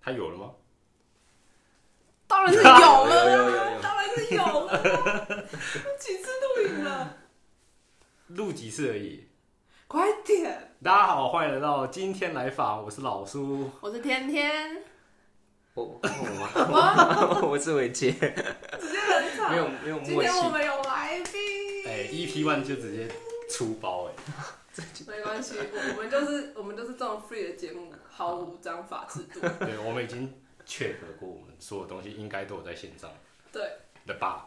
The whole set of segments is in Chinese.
他有了吗？当 然是有了，有有有有当然是有了，几次都赢了，录几次而已。快点！大家好，欢迎来到今天来法，我是老苏。我是天天，我我 哇，我我是伟杰，直接冷场。没有没有今默天我契，们有来哎、宾， e p one 就直接出包哎、没关系，我们就是我们就是这种 free 的节目，毫无章法制 度。对，我们已经确核过，我们所有东西应该都有在线上对，的吧？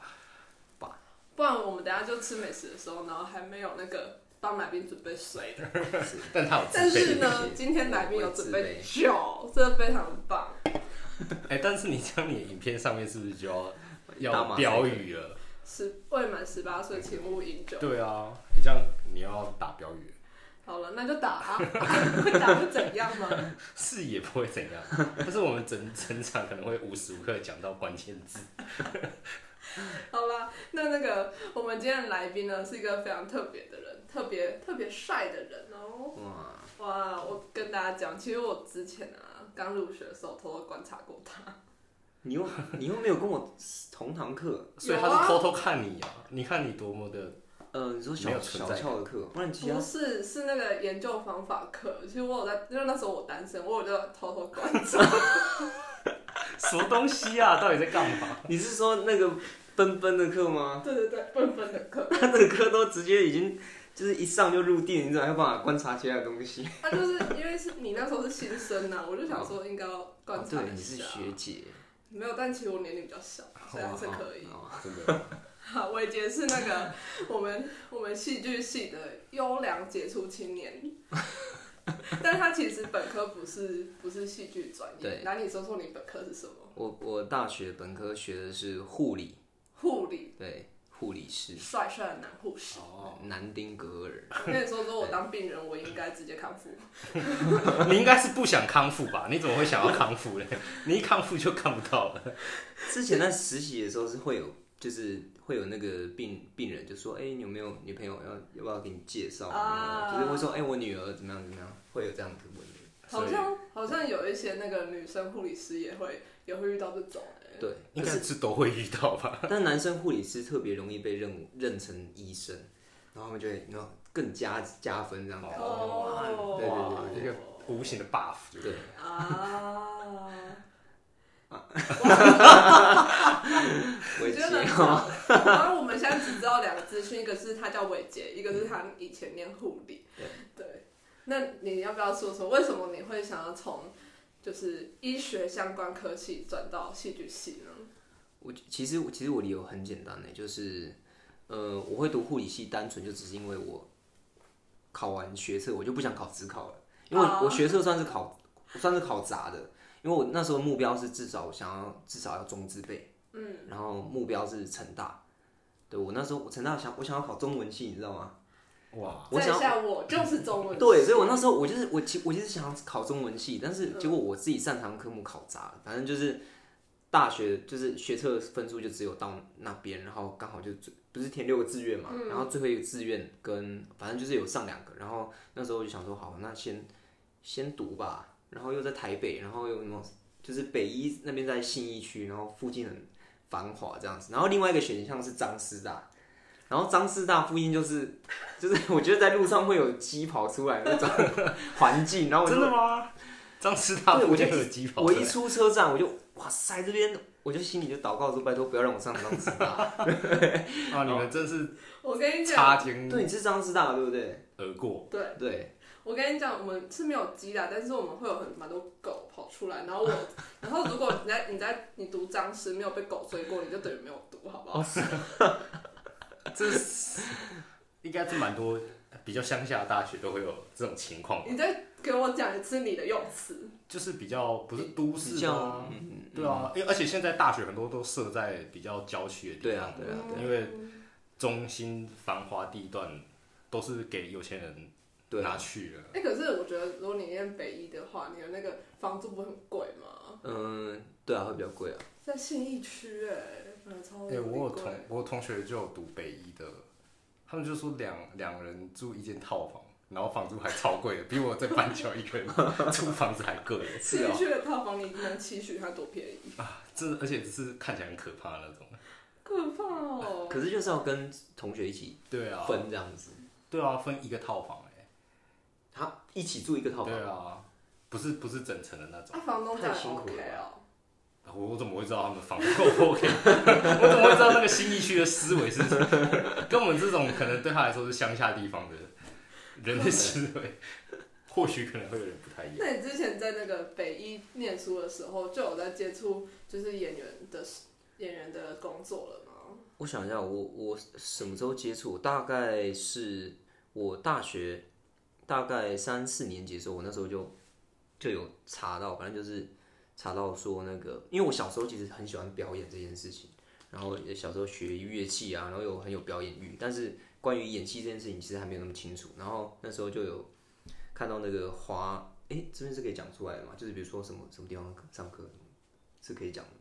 不然我们等一下就吃美食的时候，然后还没有那个帮来宾准备水的。但他有但自是备。呢，今天来宾有准备酒，这非常棒。哎、但是你像你的影片上面是不是就要打要马赛克标语了？十未满十八岁，请勿饮酒。对啊，你这样你要打标语，好了，那就打啊， 会打会怎样吗？是也不会怎 样，但是我们整整场可能会无时无刻讲到关键字。啊 好啦，那那个我们今天的来宾呢，是一个非常特别的人，特别特别帅的人哦。哇，哇，我跟大家讲，其实我之前啊刚入学的时候偷偷观察过他，你又你又没有跟我同堂课，所以他是偷偷看你啊！你看你多么的呃，你说没有小存小在感翘的课，不然其他不是是那个研究方法课。其实我有在，因为那时候我单身，我有在偷偷观 察。什么东西啊？到底在干嘛？你是说那个奔奔的课吗？对对对，笨笨的课，他的课都直接已经就是一上就入定，你怎么还有办法观察其他的东西？他啊就是因为是你那时候是新生呐、我就想说应该要观察哦对，一你是下。学姐，没有，但其实我年龄比较小，所以还是啊可以。哦。真的，好，伟杰是那个我们我们戏剧系的优良杰出青年，但他其实本科不是不是戏剧专业对。那你说说你本科是什么？我我大学本科学的是护理，护理，对，护理师，帅帅的男护士。哦，南丁格尔。我跟你说，如果我当病人，我应该直接康复。你应该是不想康复吧？你怎么会想要康复呢？你一康复就看不到了。之前在实习的时候是会有，就是会有那个病病人就说，哎、你有没有女朋友？要要不要给你介绍？啊就是会说，哎、我女儿怎么样怎么样，会有这样子问的。好像好像有一些那个女生护理师也会也会遇到这种、欸，对，应该是都会遇到吧？但男生护理师特别容易被认认成医生，然后他们就会，你知道，更加加分这样感觉。哦对哇，对一个无形的 buff，对不对对？啊，我我也觉得很哦 好。然后我们现在只知道两个资讯，一个是他叫伟 杰，一个是他以前念护理。对，那你要不要说说为什么你会想要从就是医学相关科系转到戏剧系呢？我其实其实我理由很简单的，欸就是呃，我会读护理系，单纯就只是因为我考完学测，我就不想考职考了，因为我,、哦我学测算是考算是考砸的，因为我那时候目标是至少想要至少要中字辈，嗯，然后目标是成大，对我那时候我成大想我想要考中文系，你知道吗？哇，我在想要下我就是中文系， 对，所以我那时候我就是我其我就是想要考中文系，但嗯是结果我自己擅长科目考砸了，反正就是大学就是学测分数就只有到那边，然后刚好就最不是填六个志愿嘛，嗯然后最后一个志愿跟反正就是有上两个，然后那时候我就想说好，那先先读吧，然后又在台北，然后又什么就是北一那边在信义区，然后附近很繁华这样子，然后另外一个选项是张师大。然后张师大附近就是，就是我觉得在路上会有鸡跑出来那种 环境，然后我就真的吗？张师大对附我就近有鸡跑我出来，一出车站，我就哇塞，这边我就心里就祷告说，拜托不要让我上张师 大。啊，你们真是我跟你讲，擦肩对，你是张师大对不对？而过。对。对，我跟你讲，我们是没有鸡啦，但是我们会有很蛮多狗跑出来，然 后我，然后如果你在你在你读张师没有被狗追过，你就等于没有读，好不好？这是应该是蛮多比较乡下的大学都会有这种情哦况，你再给我讲一次你的用词，就是比较不是都比市的较啊、嗯对啊，因为而且现在大学很多都设在比较郊区的地对方啊，，对啊，对啊因为中心繁华地段都是给有钱人对啊。拿去了。哎、可是我觉得如果你念北医的话，你的那个房租不会很贵吗？嗯，对啊，会比较贵啊。在信义区、哎，嗯，超哎、级我有同贵。我有同学就有读北医的，他们就说两两人住一间套房，然后房租还超贵的，比我在板桥一个人 租房子还贵是市哦区的套房你能期许它多便宜？啊！这而且是看起来很可怕的那种。可怕哦！啊可是就是要跟同学一起对啊，分这样子，对啊，分一个套房哎、他一起住一个套对房，啊，不是不是整层的那种。啊，房东这样太辛苦了 OK 哦。啊我我怎么会知道他们房够不 OK？我怎么会知道那个新一区的思维是跟我们这种可能对他来说是乡下地方的人的思维，或许可能会有点不太一样。那你之前在那个北一念书的时候，就有在接触就是演员的演员的工作了吗？我想一下，我我什么时候接触？大概是我大学大概三四年级的时候，我那时候就就有查到，反正就是查到说那个，因为我小时候其实很喜欢表演这件事情，然后也小时候学乐器啊，然后有很有表演欲，但是关于演戏这件事情其实还没有那么清楚。然后那时候就有看到那个华，诶，这边是可以讲出来的嘛？就是比如说什么什么地方上课是可以讲的吗。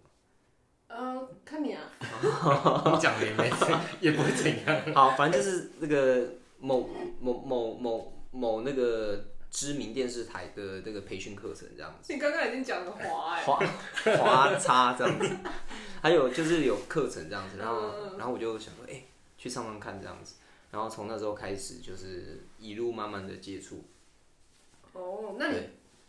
呃，看你啊，你讲的也没怎也不会怎样。好，反正就是那个某某某某某那个知名电视台的那个培训课程这样子，你刚刚已经讲了华哎、花花叉这样子，还有就是有课程这样子，然后然后我就想说，哎、去上上看这样子，然后从那时候开始就是一路慢慢的接触，哦，那你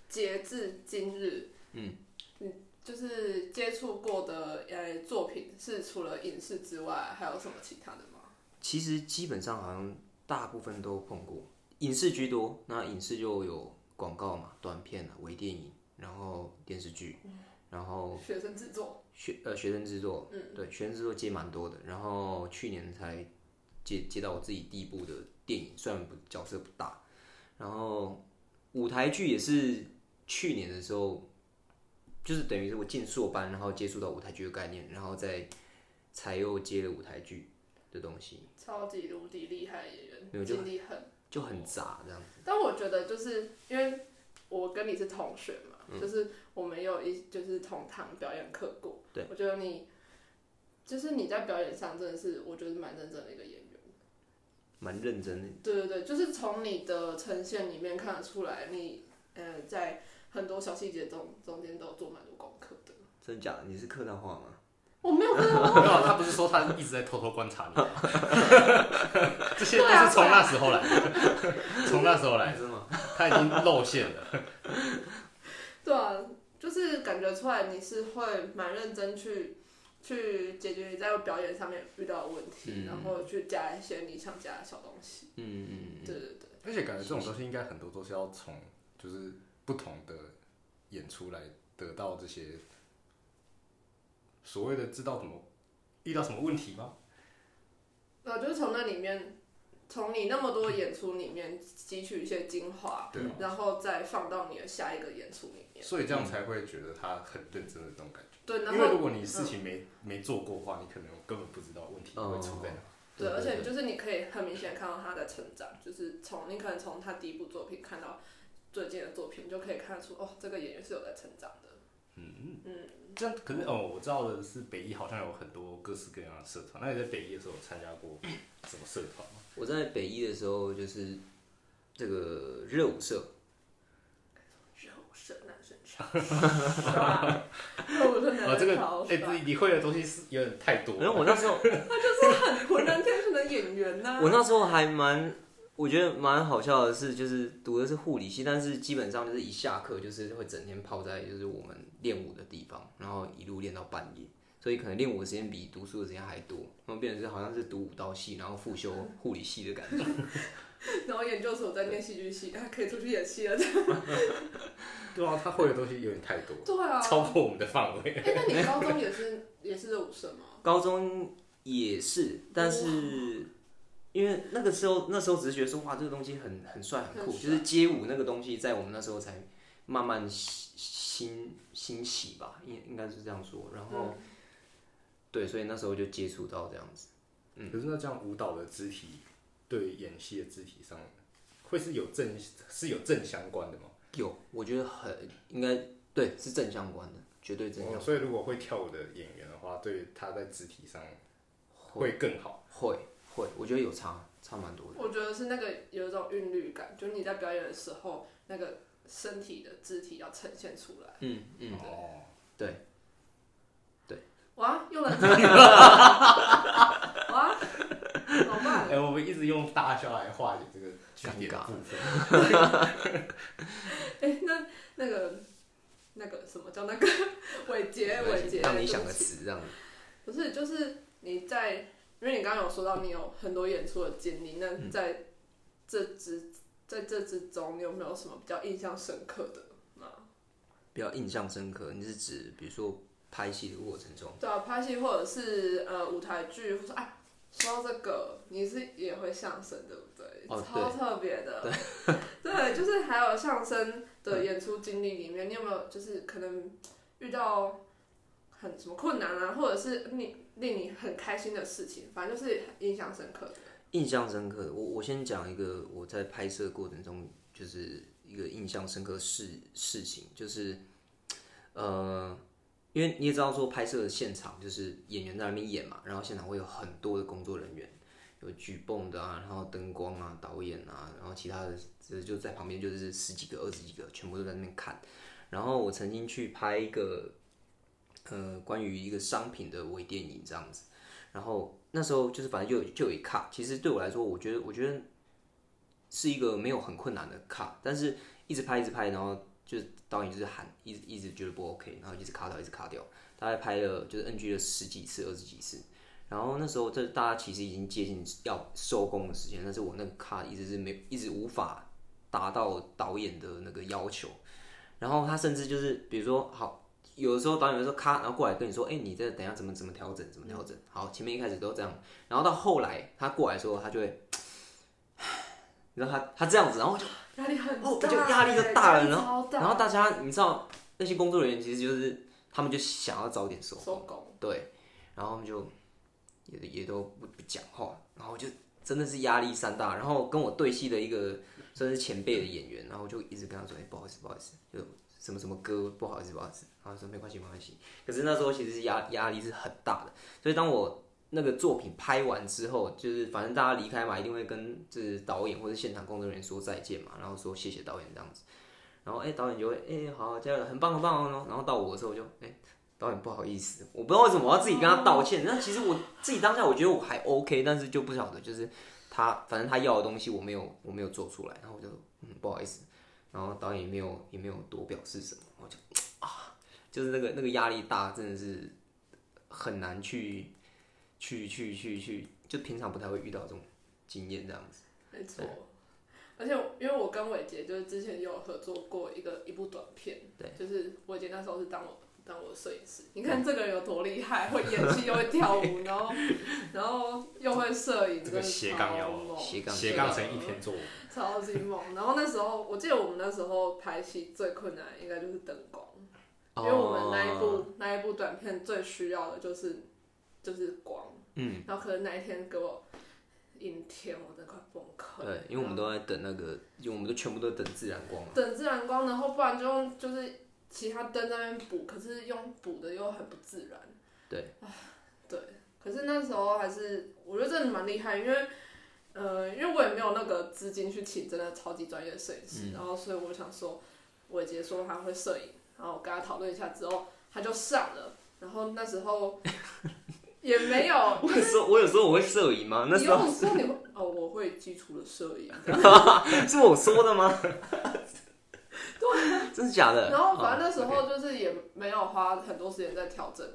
截至今日，嗯你就是接触过的呃作品是除了影视之外，还有什么其他的吗？其实基本上好像大部分都碰过，影视居多，那影视就有广告嘛、短片啊、微电影，然后电视剧，然后学生制作，学呃学生制作，对学生制作接蛮多的，然后去年才接接到我自己第一部的电影，虽然不角色不大，然后舞台剧也是去年的时候，就是等于是我进硕班，然后接触到舞台剧的概念，然后再才又接了舞台剧的东西，超级无敌厉害的演没有员，就经历很就很杂这样子。但我觉得就是因为我跟你是同学嘛，嗯就是我们有一就是同堂表演课过。对，我觉得你就是你在表演上真的是我觉得蛮认真的一个演员。蛮认真的，对对对，就是从你的呈现里面看得出来，你呃在很多小细节中中间都有做蛮多功课的。真的假的？你是客套话吗？我没有跟他没有，他不是说他一直在偷偷观察你吗， 这些都是从那时候来的，从那时候来的，真的吗？他已经露馅了。 对啊，就是感觉出来你是会蛮认真去去解决你在表演上面遇到的问题，嗯然后去加一些你想加的小东西。嗯嗯嗯，对对对。而且感觉这种东西应该很多都是要从就是不同的演出来得到这些所谓的知道怎么遇到什么问题吗？呃，就是从那里面，从你那么多演出里面汲取一些精华，对啊，然后再放到你的下一个演出里面。所以这样才会觉得他很认真的那种感觉。对，然因为如后果你事情没、没做过的话，你可能根本不知道问题会出在哪。对，而且对就是你可以很明显看到他在成长，就是从你可能从他第一部作品看到最近的作品，就可以看出哦，这个演员是有在成长的。嗯嗯这样可是哦，我知道的是北一好像有很多各式各样的社团。那你在北一的时候有参加过什么社团吗？我在北一的时候就是这个热舞社，肉身男生超帅，肉哦，身这男生个超哎、帅，你你会的东西是有点太多因为了。我那时候浑然天成的演员呐、我那时候还蛮，我觉得蛮好笑的是，就是读的是护理系，但是基本上就是一下课就是会整天泡在就是我们练舞的地方，然后一路练到半夜，所以可能练舞的时间比读书的时间还多，然后变成是好像是读舞蹈系，然后复修护理系的感觉。然后研究所在念戏剧系，他可以出去演戏了。对啊，他会的东西有点太多，对啊，超过我们的范围。哎、那你高中也是也是舞社吗？高中也是，但是因为那个时候那时候只是觉得说哇这个东西很很帅很酷，很帅就是街舞那个东西在我们那时候才慢慢兴兴兴起吧，应应该是这样说。然后、对，所以那时候就接触到这样子。可是那这样舞蹈的肢体对演戏的肢体上，会是有正是有正相关的吗？有，我觉得很应该对是正相关的，绝对正相哦所以如果会跳舞的演员的话，对他在肢体上会会更好。会会，我觉得有差，差蛮多的。我觉得是那个有一种韵律感，就是你在表演的时候，那个身体的肢体要呈现出来。嗯嗯，哦，哇，又 冷场啊了！哇，怎么办？哎，我们一直用大笑来化解这个据点的部分。哎、那那个那个什么叫那个伟杰？伟杰，让你想个对词这样。不起不是，就是你在，因为你刚刚有说到你有很多演出的经历，那在这之在这之中，你有没有什么比较印象深刻的吗？比较印象深刻，你是指比如说拍戏的过程中，对啊，拍戏或者是呃舞台剧，或者哎，说到这个，你是也会相声对不对？哦超特别的， 对就是还有相声的演出经历里面，你有没有就是可能遇到很什么困难啊，或者是你令你很开心的事情，反正就是印象深刻的。印象深刻的，我我先讲一个我在拍摄过程中就是一个印象深刻的事事情，就是呃，因为你也知道说拍摄的现场就是演员在那边演嘛，然后现场会有很多的工作人员，有举泵的啊，然后灯光啊，导演啊，然后其他的就就在旁边就是十几个、二十几个，全部都在那边看。然后我曾经去拍一个呃关于一个商品的微电影这样子。然后那时候就是反正就有就有一卡，其实对我来说，我觉得我觉得是一个没有很困难的卡，但是一直拍一直拍，然后就是导演就是喊，一直一直觉得不 OK，然后一直卡掉一直卡掉，大概拍了就是 NG 了十几次二十几次，然后那时候这大家其实已经接近要收工的时间，但是我那个卡一直是没一直无法达到导演的那个要求，然后他甚至就是比如说好。有的时候导演会说咔，然后过来跟你说，哎、你这等一下怎么怎么调整，怎么调整。好，前面一开始都这样，然后到后来他过来的时候，他就会，你知道他他这样子，然后压力很大、哦就压力就大了欸压力超大然后大家你知道那些工作人员其实就是他们就想要早点收，收工，对，然后他们就也也都不不讲话，然后就真的是压力山大。然后跟我对戏的一个算是前辈的演员，然后我就一直跟他说：“哎、不好意思，不好意思，就什么什么歌，不好意思，不好意思。”然后他说：“没关系，没关系。”可是那时候其实是压压力是很大的，所以当我那个作品拍完之后，就是反正大家离开嘛，一定会跟就是导演或者现场工作人员说再见嘛，然后说谢谢导演这样子。然后哎、导演就会哎、好，加油，很棒很棒哦。然后到我的时候 我就哎、导演不好意思，我不知道为什么我要自己跟他道歉。那其实我自己当下我觉得我还 OK，但是就不晓得就是他反正他要的东西我没有我没有做出来，然后我就嗯不好意思，然后导演也没有也没有多表示什么，我就啊就是那个那个压力大，真的是很难去去去去去，就平常不太会遇到这种经验这样子。没错。而且因为我跟伟杰就是之前也有合作过一个一部短片，对，就是伟杰那时候是当我当我的摄影师。你看这个人有多厉害，会演戏又会跳舞，然后然后又会摄影，这个真的斜杠要超猛斜杠斜杠成一篇作文，超级猛。然后那时候我记得我们那时候拍戏最困难应该就是灯光，因为我们那一部、哦那一部短片最需要的就是就是光，嗯，然后可能那一天给我阴天，我真的快崩溃。对，因为我们都在等那个，因为我们都全部都等自然 光嘛。等自然光，然后不然就用就是其他灯在那边补，可是用补的又很不自然。对唉，对。可是那时候还是我觉得真的蛮厉害，因为呃，因为我也没有那个资金去请真的超级专业的摄影嗯师，然后所以我想说，我姐说她会摄影，然后我跟她讨论一下之后，她就上了。然后那时候也没有，我有时候我有时候我会摄影吗？ 那你时又候说你会哦，我会基础的摄影， 是我说的 吗？对，真的假的？啊然后反正哦那时 OK 嗯候就是也没有花很多时间在调整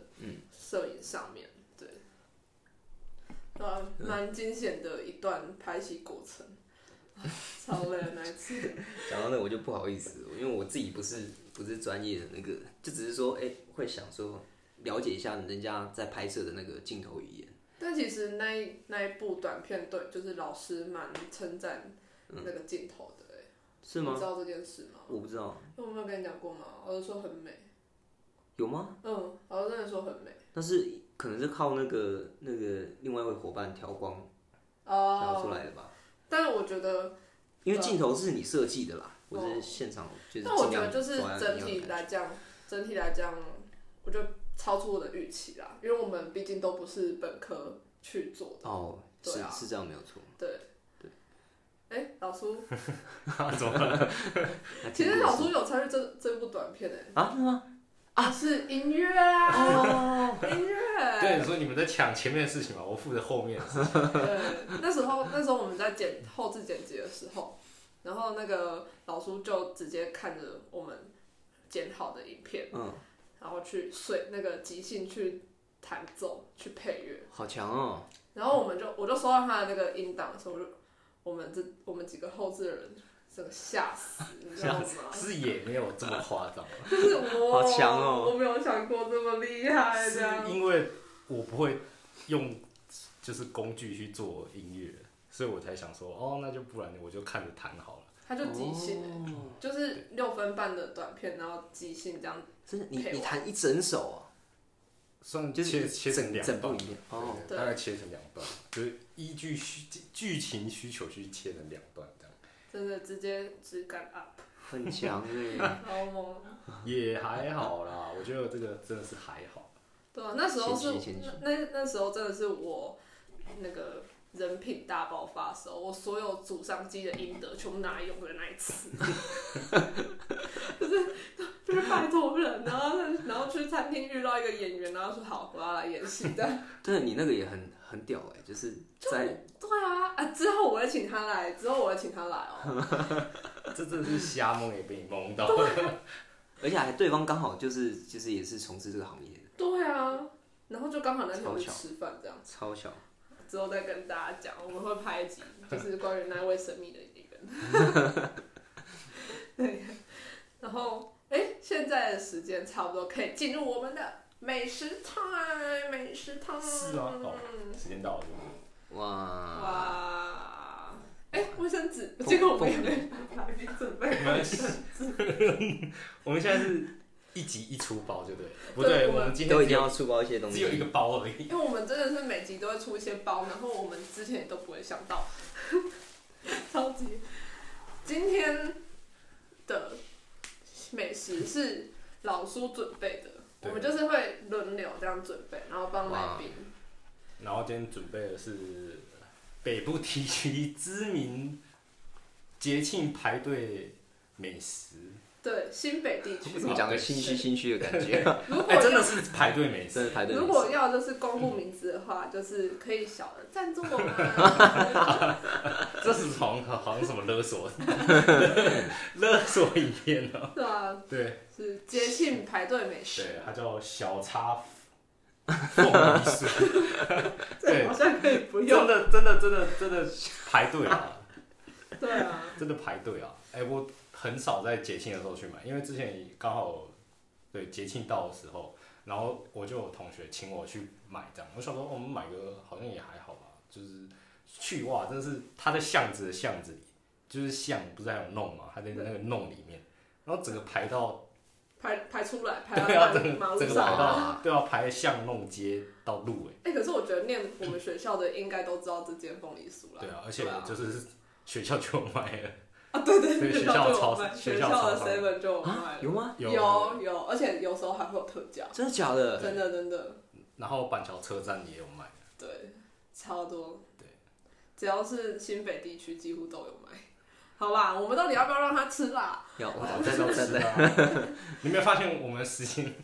摄影上面，对，呃，蛮惊险的一段拍戏过程， 超累的那一次。讲到那我就不好意思，因为我自己不是不是专业的那个，就只是说哎、会想说了解一下人家在拍摄的那个镜头语言。但其实那一那一部短片，对，就是老师蛮称赞那个镜头的、欸，嗯是吗哦你知道这件事吗？我不知道，我没有跟你讲过吗？我就说很美，有吗？嗯，我真的说很美。但是可能是靠那个那个另外一位伙伴调光调出哦、来的吧，但是我觉得因为镜头是你设计的啦，哦我是现场就是但我尽觉得量就是抓到整你要体的感来讲，整体来讲，我觉得超出我的预期啦，因为我们毕竟都不是本科去做觉。哦，对是啊，是这样没有错。对对。哎，老苏， 怎么办？那其实挺老多苏有参与这这部短片诶，啊，是吗？啊，是音乐啊，音乐。对，你说你们在抢前面的事情嘛，我负责后面的事情。对，那时候那时候我们在剪后置剪辑的时候，然后那个老叔就直接看着我们剪好的影片，嗯，然后去随那个即兴去弹奏去配乐，好强哦！然后我们就我就收到他的那个音档的时候，我就我们这我们几个后置的人整个吓死，你知道 吗？是也没有这么夸张，就是我好强哦我没有想过这么厉害这样是因为我不会用就是工具去做音乐，所以我才想说，哦，那就不然我就看着弹好了。他就即兴、欸，哦就是六分半的短片，然后即兴这样真的，你陪我你弹一整首啊，算就切是切成整两整部段影，片哦。对对大概切成两段，就是依据需剧情需求去切成两段这样，真的直接质感 up，很强哎， 超猛。啊也还好啦。我觉得这个真的是还好，对啊，那时候是前期前期那那那时候真的是我那个人品大爆发的时候，我所有祖上积的阴德全部拿来用的那一次， 就是 就是拜托人，然后然后去餐厅遇到一个演员，然后说好我要来演戏这样。 对你那个也很很屌哎，就是在对啊，啊之后我会请他来，之后我会请他来 哦。这真的是瞎蒙也被你蒙到。啊而且还对方刚好就是就是也是从事这个行业的，对啊，然后就刚好那天我们去超巧吃饭这样，超小。之后再跟大家讲，我们会拍一集，就是关于那位神秘的一个人。 对，然后哎、诶现在的时间差不多可以进入我们的美食 time，美食 time。是啊哦嗯时间到了，对不对哇，哇，哎、卫生纸，结果我们也没办法给你准备没关卫系生纸。 我们现在是一集一出包，就对了，不对对？我我们们今天都一只定有要出包一些东只西有，一个包而已。因为我们真的是每集都会出一些包，然后我们之前也都不会想到， 超级。今天的美食是老苏准备的，我对们就是会轮流这样准备，然后帮来宾。然后今天准备的是北部地区知名节庆排队美食，对，新北地区为。什怎么讲个心虚心虚的感觉，如果哎、要、真的是排队美食，真的排队如没果事。要就是公布名字的话，就是可以小的赞助我 们。这是从好像什么勒 索勒索影片哦、对啊，对是节庆排队美食，对，它叫小叉凤梨酥，对 这好像可以不真用。的真的真的真的排队啊！对啊。真的排队啊！哎、我很少在节庆的时候去买，因为之前刚好对节庆到的时候，然后我就有同学请我去买这样，我想说我们买个好像也还好吧，就是去哇，真的是他在巷子的巷子里，就是巷不是还有弄嘛，他在那个弄里面，然后整个排到排排出来，排对啊，到整马个路整个上排啊。到对啊，排巷弄街到路哎、哎、可是我觉得念我们学校的应该都知道这间凤梨酥啦。对啊，而且就是学校就有卖了，啊，对对对对，学校就有超卖，学学校校的超商 seven 就有啊卖，有吗？有有有，而且有时候还会有特价，真的假的？真的真的，然后板桥车站也有卖。对，超多，对，只要是新北地区几乎都有卖。好啦，我们到底要不要让他吃 啦？要 我好在 在在，在。 你有没有发现我们时间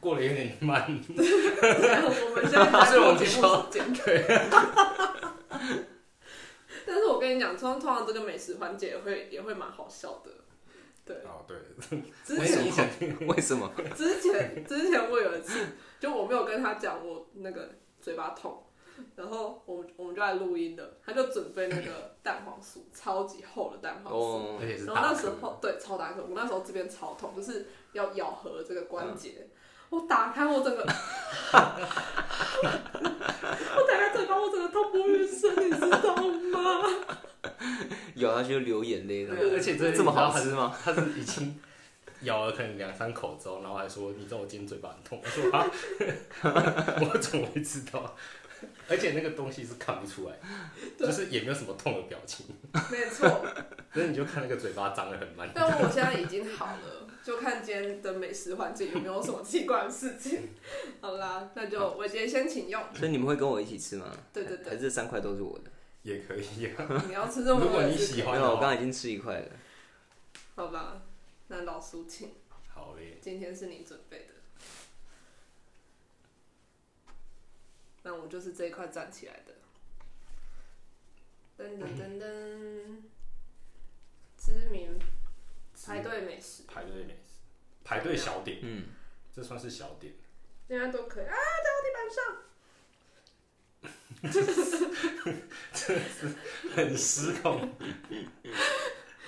过得有点慢？对我们现在在所以我做们节目时间，对。 但是我跟你讲，通通常这个美食环节也会也会蛮好笑的，对。哦，对，之为什前么为什么？之前之前我有一次，就我没有跟他讲我那个嘴巴痛，然后我们我们就来录音了，他就准备那个蛋黄酥，超级厚的蛋黄酥。哦而，且是然后那大时颗。候对超大颗，我那时候这边超痛，就是要咬合这个关节。我打开我整个， 我打开嘴巴，我整个痛不欲生，你知道吗？咬下去就流眼泪对了。而且这这么好吃吗？他是已经咬了可能两三口之后，然后还说：“你知道我今天嘴巴很痛。”我说：“啊， 我怎么会知道？”而且那个东西是看不出来，对就是也没有什么痛的表情。没错，那你就看那个嘴巴张得很慢。但我现在已经好了，就看今天的美食环境有没有什么奇怪的事情。好啦，那就我今天先 请用。所以你们会跟我一起吃吗？对对对还是这三块都是我的？ 也可以啊。你要吃这么如多果也你是喜可以，欢没的有，话，我刚刚已经吃一块了。好吧？那老苏请，好嘞，今天是你准备的。那我就是这一块站起来的。噔噔噔噔，知名排队美食排队美食，排队小点，嗯，这算是小点。应该都可以啊， 很失控，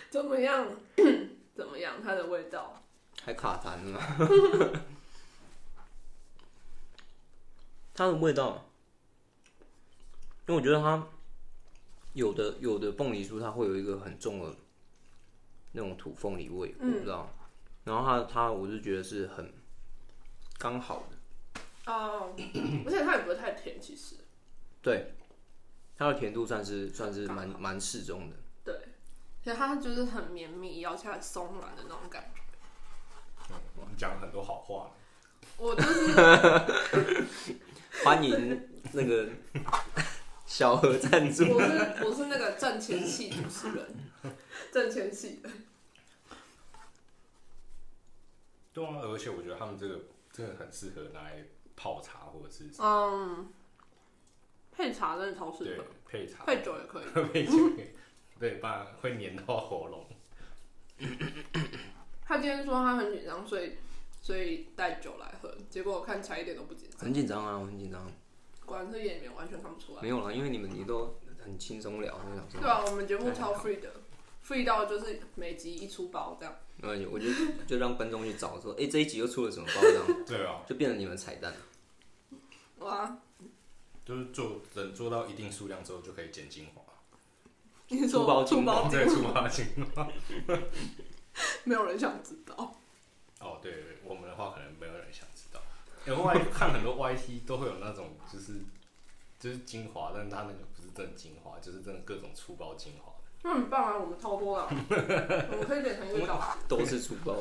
怎么样？ 怎么样？它的味道。还卡痰了吗？ 它的味道，因为我觉得它有的有的凤梨酥，它会有一个很重的那种土凤梨味，我嗯不知道。然后它它，我就觉得是很刚好 的，哦，而且它也不会太甜，其实。对，它的甜度算是算是蛮刚好蛮适中的。对，其实它就是很绵密，咬起来松软的那种感觉。你讲了很多好话。我就是欢迎那 个小额赞助。我是我是那个挣钱系主持人，挣钱系的。对啊，而且我觉得他们这个真的很适合拿来泡茶或者是嗯，配茶真的超适对合，配茶，配酒也可以。 配酒，对，不然会粘到喉咙。他今天说他很紧张，所以所以带酒来喝，结果我看起来一点都不紧张，很紧张啊，我很紧张。果然是演员，完全看不出来。没有啦，因为你们也都很轻松聊，就想对说，啊，我们节目超 free 的，free 到就是每集一出包这样。没关系，我就就让观众去找说，哎、这一集又出了什么包这样，对啊，就变成你们彩蛋。哇，就是做等做到一定数量之后就可以剪精华，你说出包出精包再出发精华。没有人想知道。哦，对，对我们的话可能没有人想知道。哎、我后来看很多 YT 都会有那种就是就是精华，但是它那个不是真的精华，就是真的各种粗包精华。那很棒啊，我们超多 了，我们可以剪成一个小时。都是出包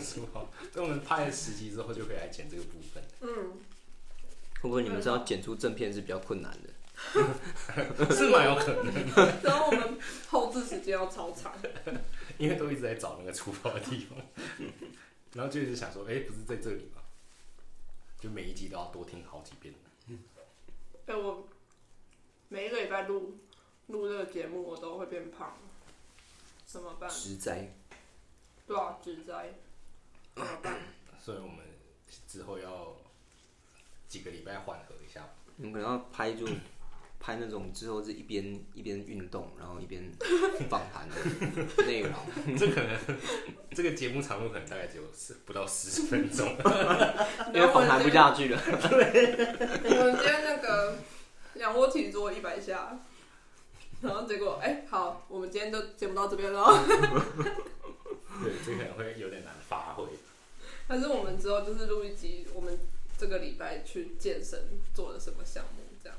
粗包，等我们拍了十集之后就可以来剪这个部分。嗯，会不会你们是要剪出正片是比较困难的？是蛮有可能，然后我们后置时间要超长。因为都一直在找那个出发的地方， 然后就一直想说，哎、不是在这里吗？就每一集都要多听好几遍。哎、我每一个礼拜录录这个节目，我都会变胖，怎么办？实在对啊，指摘，怎么办？所以我们之后要几个礼拜缓和一下，你们可能要拍就拍那种之后是一边一边运动，然后一边访谈的 内容。这可能这个节目长度可能大概只有十不到十分钟， 因为访谈不下去了，我们今天那个仰卧起坐一百下，然后结果哎、好，我们今天就节目到这边喽。对，这可能会有点难发挥。但是我们之后就是录一集，我们这个礼拜去健身做了什么项目，这样。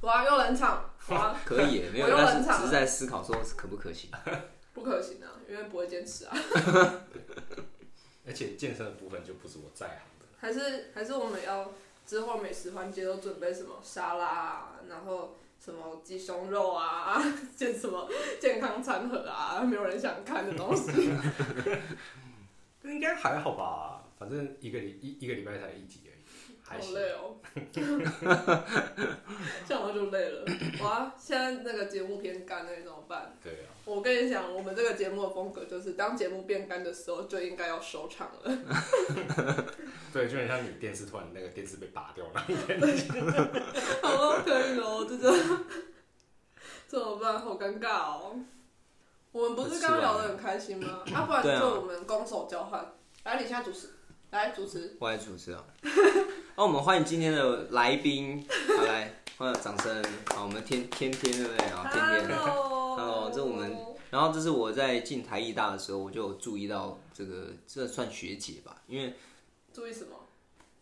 哇，又 冷场，哇，可以耶，没有，我又但冷是场只是在思考说可不可行。不可行啊，因为不会坚持啊。而且健身的部分就不是我在行的，还是还是我们要之后美食环节都准备什么沙拉啊，然后什么鸡胸肉啊， 健什么健康餐盒啊，没有人想看的东西。应该还好吧，反正一个礼一一个礼拜才一集而已，好还行。累 哦， 这样我就累了。哇，现在那个节目偏干了，怎么办？对啊，我跟你讲，我们这个节目的风格就是，当节目变干的时候，就应该要收场了。 对，就很像你电视突然那个电视被拔掉了，好了，可以了，哦真的怎么办？好尴尬哦。我们不是刚刚聊得很开心吗？啊，不然对啊就我们攻守交换。来，你现在主持，来主持。我来主持 啊。那、我们欢迎今天的来宾，好来，欢迎掌声。好，我们天天天对不对？好，天天。 Hello， Hello，这是我们然后这是我在进台艺大的时候，我就有注意到这个，这算学姐吧？因为注意什么？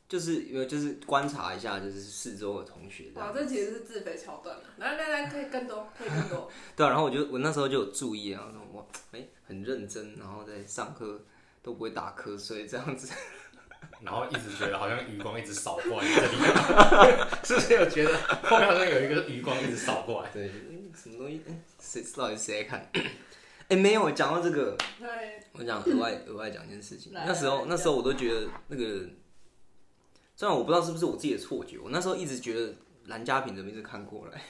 就是因为就是观察一下，就是四周的同学这哇，样。这其实是自肥桥段了。来来来，可以更多，可以更 多。对啊，然后我就我那时候就有注意啊，然后说哇，哎、很认真，然后在上课都不会打瞌睡这样子。 然后一直觉得好像余光一直扫过来你这里， 是不是有觉得后面好像有一个余光一直扫过来？对，嗯什么东西？嗯谁到底谁在看？哎、 没有，讲到这个，对，我想额外额外讲一件事情。来那时候来那时候我都觉得那个，虽然我不知道是不是我自己的错觉，我那时候一直觉得蓝家平怎么一直看过来。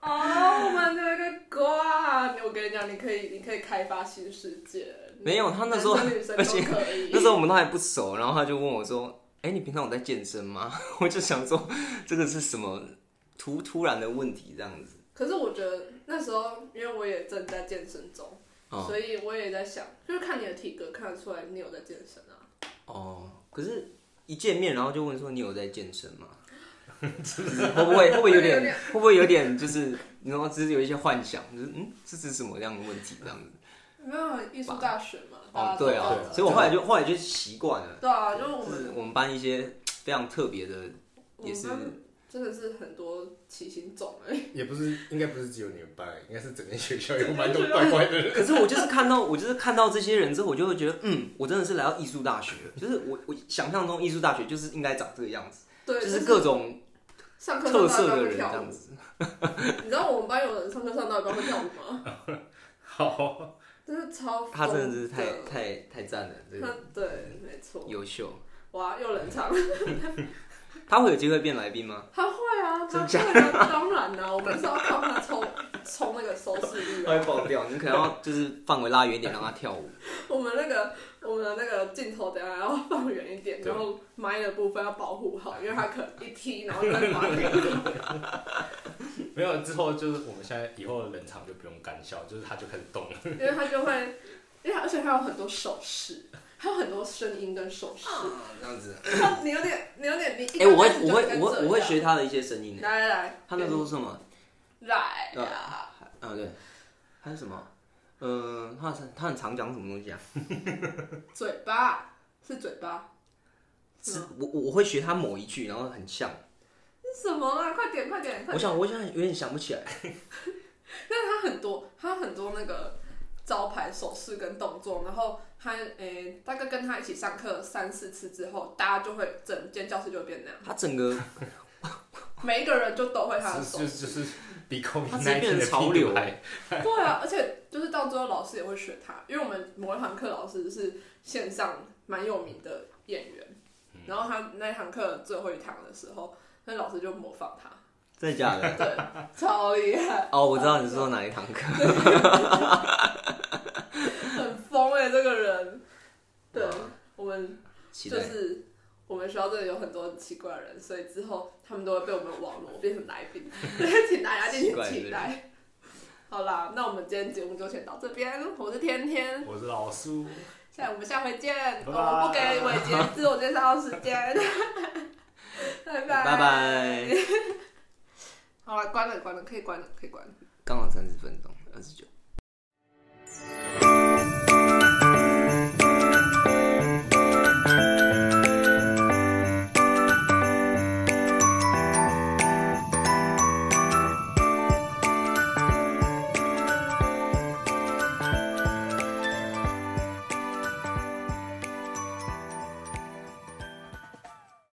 哦，我们有一个瓜，我跟你讲，你可以，你可以开发新世界。嗯没有他那时候男生女生都而且可以。 那时候我们都还不熟，然后他就问我说：“哎、你平常有在健身吗？” 我就想说这个是什么突突然的问题这样子。可是我觉得那时候，因为我也正在健身中，哦所以我也在想，就是看你的体格看得出来你有在健身啊。哦，可是一见面然后就问说：“你有在健身吗？” 会不会会不会有点有点会不会有点就是你知道，只是有一些幻想，就是嗯，这是什么样的问题这样子？没有艺术大学嘛？大哦家，都对知道啊的，所以我后来就后来就习惯了，对啊，就是我就们是我们班一些非常特别的，也是我们班真的是很多奇形种类。 也不是，应该不是只有你们班，应该是整间学校有蛮多啊怪怪的人。可是我就是看到， 我就是看到这些人之后，我就会觉得，嗯，我真的是来到艺术大学了，就是我我想象中艺术大学就是应该长这个样子， 对，就是各种上课上特色到的一半会人这跳样舞。子。你知道我们班有人上课上到一半会跳舞吗？ 好，真是超疯他真的是太的太太赞了，这他个 对，没错。优秀。哇，又冷 场。他会有机会变来宾吗？他会啊，他真会啊，当然啦、我们是要靠他冲冲那个收视率、啊。 会爆掉，你可能要就是范围拉远一点，让他跳舞。我们那个我们的那个镜头等下要放远一点，对然后麦的部分要保护好，因为他可能一踢，然后就会把那 个。没有之后就是我们现在以后的冷场就不用干笑，就是他就开始动了。因为他就会，因为他而且他有很多手势，他有很多声音跟手 势。这样子。他你有点，你有啊点，你一哎，我会开始就我应该会我这会样我会学。他的一些声音。来来来，他那时候是什么？来呀，啊，对，还有什么？嗯，他很他很常讲什么东西啊？嘴巴是嘴巴，是我我我会学他某一句，然后很像。是什么啊？快点快点快我点！想，我现在有点想不起来。但是他很多，他很多那个招牌手势跟动作，然后他诶、大概跟他一起上课三四次之后，大家就会整间教室就会变那样，他整个每一个人就都会他的手就就就是比 COVID 他直接 n 变的成潮屁流股还对啊，而且就是到最后老师也会学他，因为我们某一堂课老师是线上蛮有名的演员，嗯然后他那一堂课最后一堂的时候，那老师就模仿他，真的假的？对，超厉害，哦，我知道你说哪一堂课。很疯哎、这个人。对哇，我们期就待。是我们学校真的有很多很奇怪的人，所以之后他们都会被我们网罗变成来 宾，请大家敬奇请怪的期人待。好啦，那我们今天节目就先到这边，我是天天。我是老苏，下我们下回见。拜拜我们不给伟杰自我介绍时 间，拜拜拜。拜。好了，关了关了，可以关了，可以关了。刚好三十分钟，二十九。